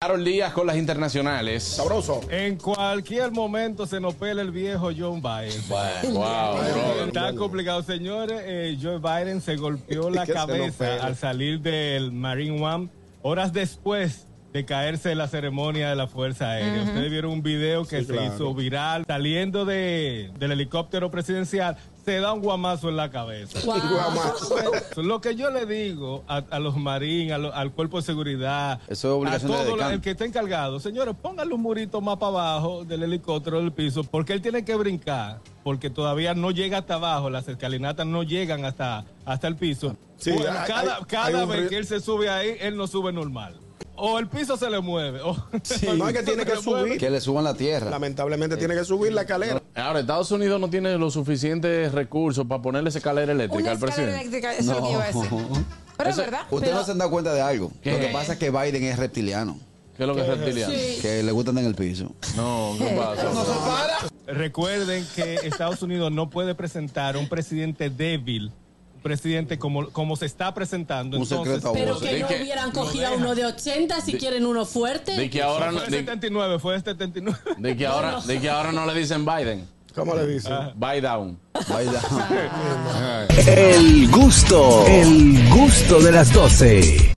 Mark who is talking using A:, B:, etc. A: Harold Díaz con las internacionales.
B: Sabroso.
C: En cualquier momento se nos pela el viejo John Biden.
A: Bueno, wow, brother.
C: Está complicado, señores. Eh, Joe Biden se golpeó la
B: Que se nos pela.
C: cabeza al salir del Marine One horas después de caerse de la ceremonia de la Fuerza Aérea. Ustedes vieron un video que
B: Sí,
C: se
B: claro.
C: hizo viral saliendo de, del helicóptero presidencial. Se da un guamazo en la cabeza.
B: Guamazo.
C: Lo que yo le digo a, a los marines, a lo- al cuerpo de seguridad,
D: Eso es obligación
C: a
D: de
C: todo
D: Decan.
C: el que está encargado, señores, pónganle un murito más para abajo del helicóptero del piso, porque él tiene que brincar, porque todavía no llega hasta abajo, las escalinatas no llegan hasta, hasta el piso.
B: Sí,
C: Pues,
B: hay-
C: cada
B: hay-
C: cada
B: hay un
C: vez
B: ri-
C: que él se sube ahí, él no sube normal. O el piso se le mueve. O, o el
B: No, es que
C: piso
B: tiene
C: se
B: que
C: le mueve.
B: subir.
D: Que le suban la tierra.
B: Lamentablemente tiene que subir la escalera.
A: Ahora, Estados Unidos no tiene los suficientes recursos para ponerle esa escalera eléctrica
E: Una
A: al
E: escalera
A: presidente.
E: eléctrica, eso es lo que iba a decir. Pero es verdad.
D: Ustedes no se han dado cuenta de algo.
A: ¿Qué?
D: Lo que pasa es que Biden es reptiliano.
A: ¿Qué es lo que es reptiliano?
E: Sí.
D: Que le gusta andar en el piso.
A: No, ¿qué pasa?
C: Recuerden que Estados Unidos no puede presentar un presidente débil, un presidente como, como se está presentando.
D: Un
C: Entonces,
D: secreto a
F: Pero
D: voces.
F: que
A: Di
F: no
A: que-
F: hubieran
C: lo
F: cogido a
C: deja.
F: uno de 80, si
A: Di-
F: quieren uno fuerte.
A: De que ahora no,
C: fue el
A: de,
C: 79, fue el 79.
A: de que ahora, de que ahora no le dicen Biden.
B: ¿Cómo le dice?
A: Buy down.
D: Baila.
G: El gusto, el gusto de las 12.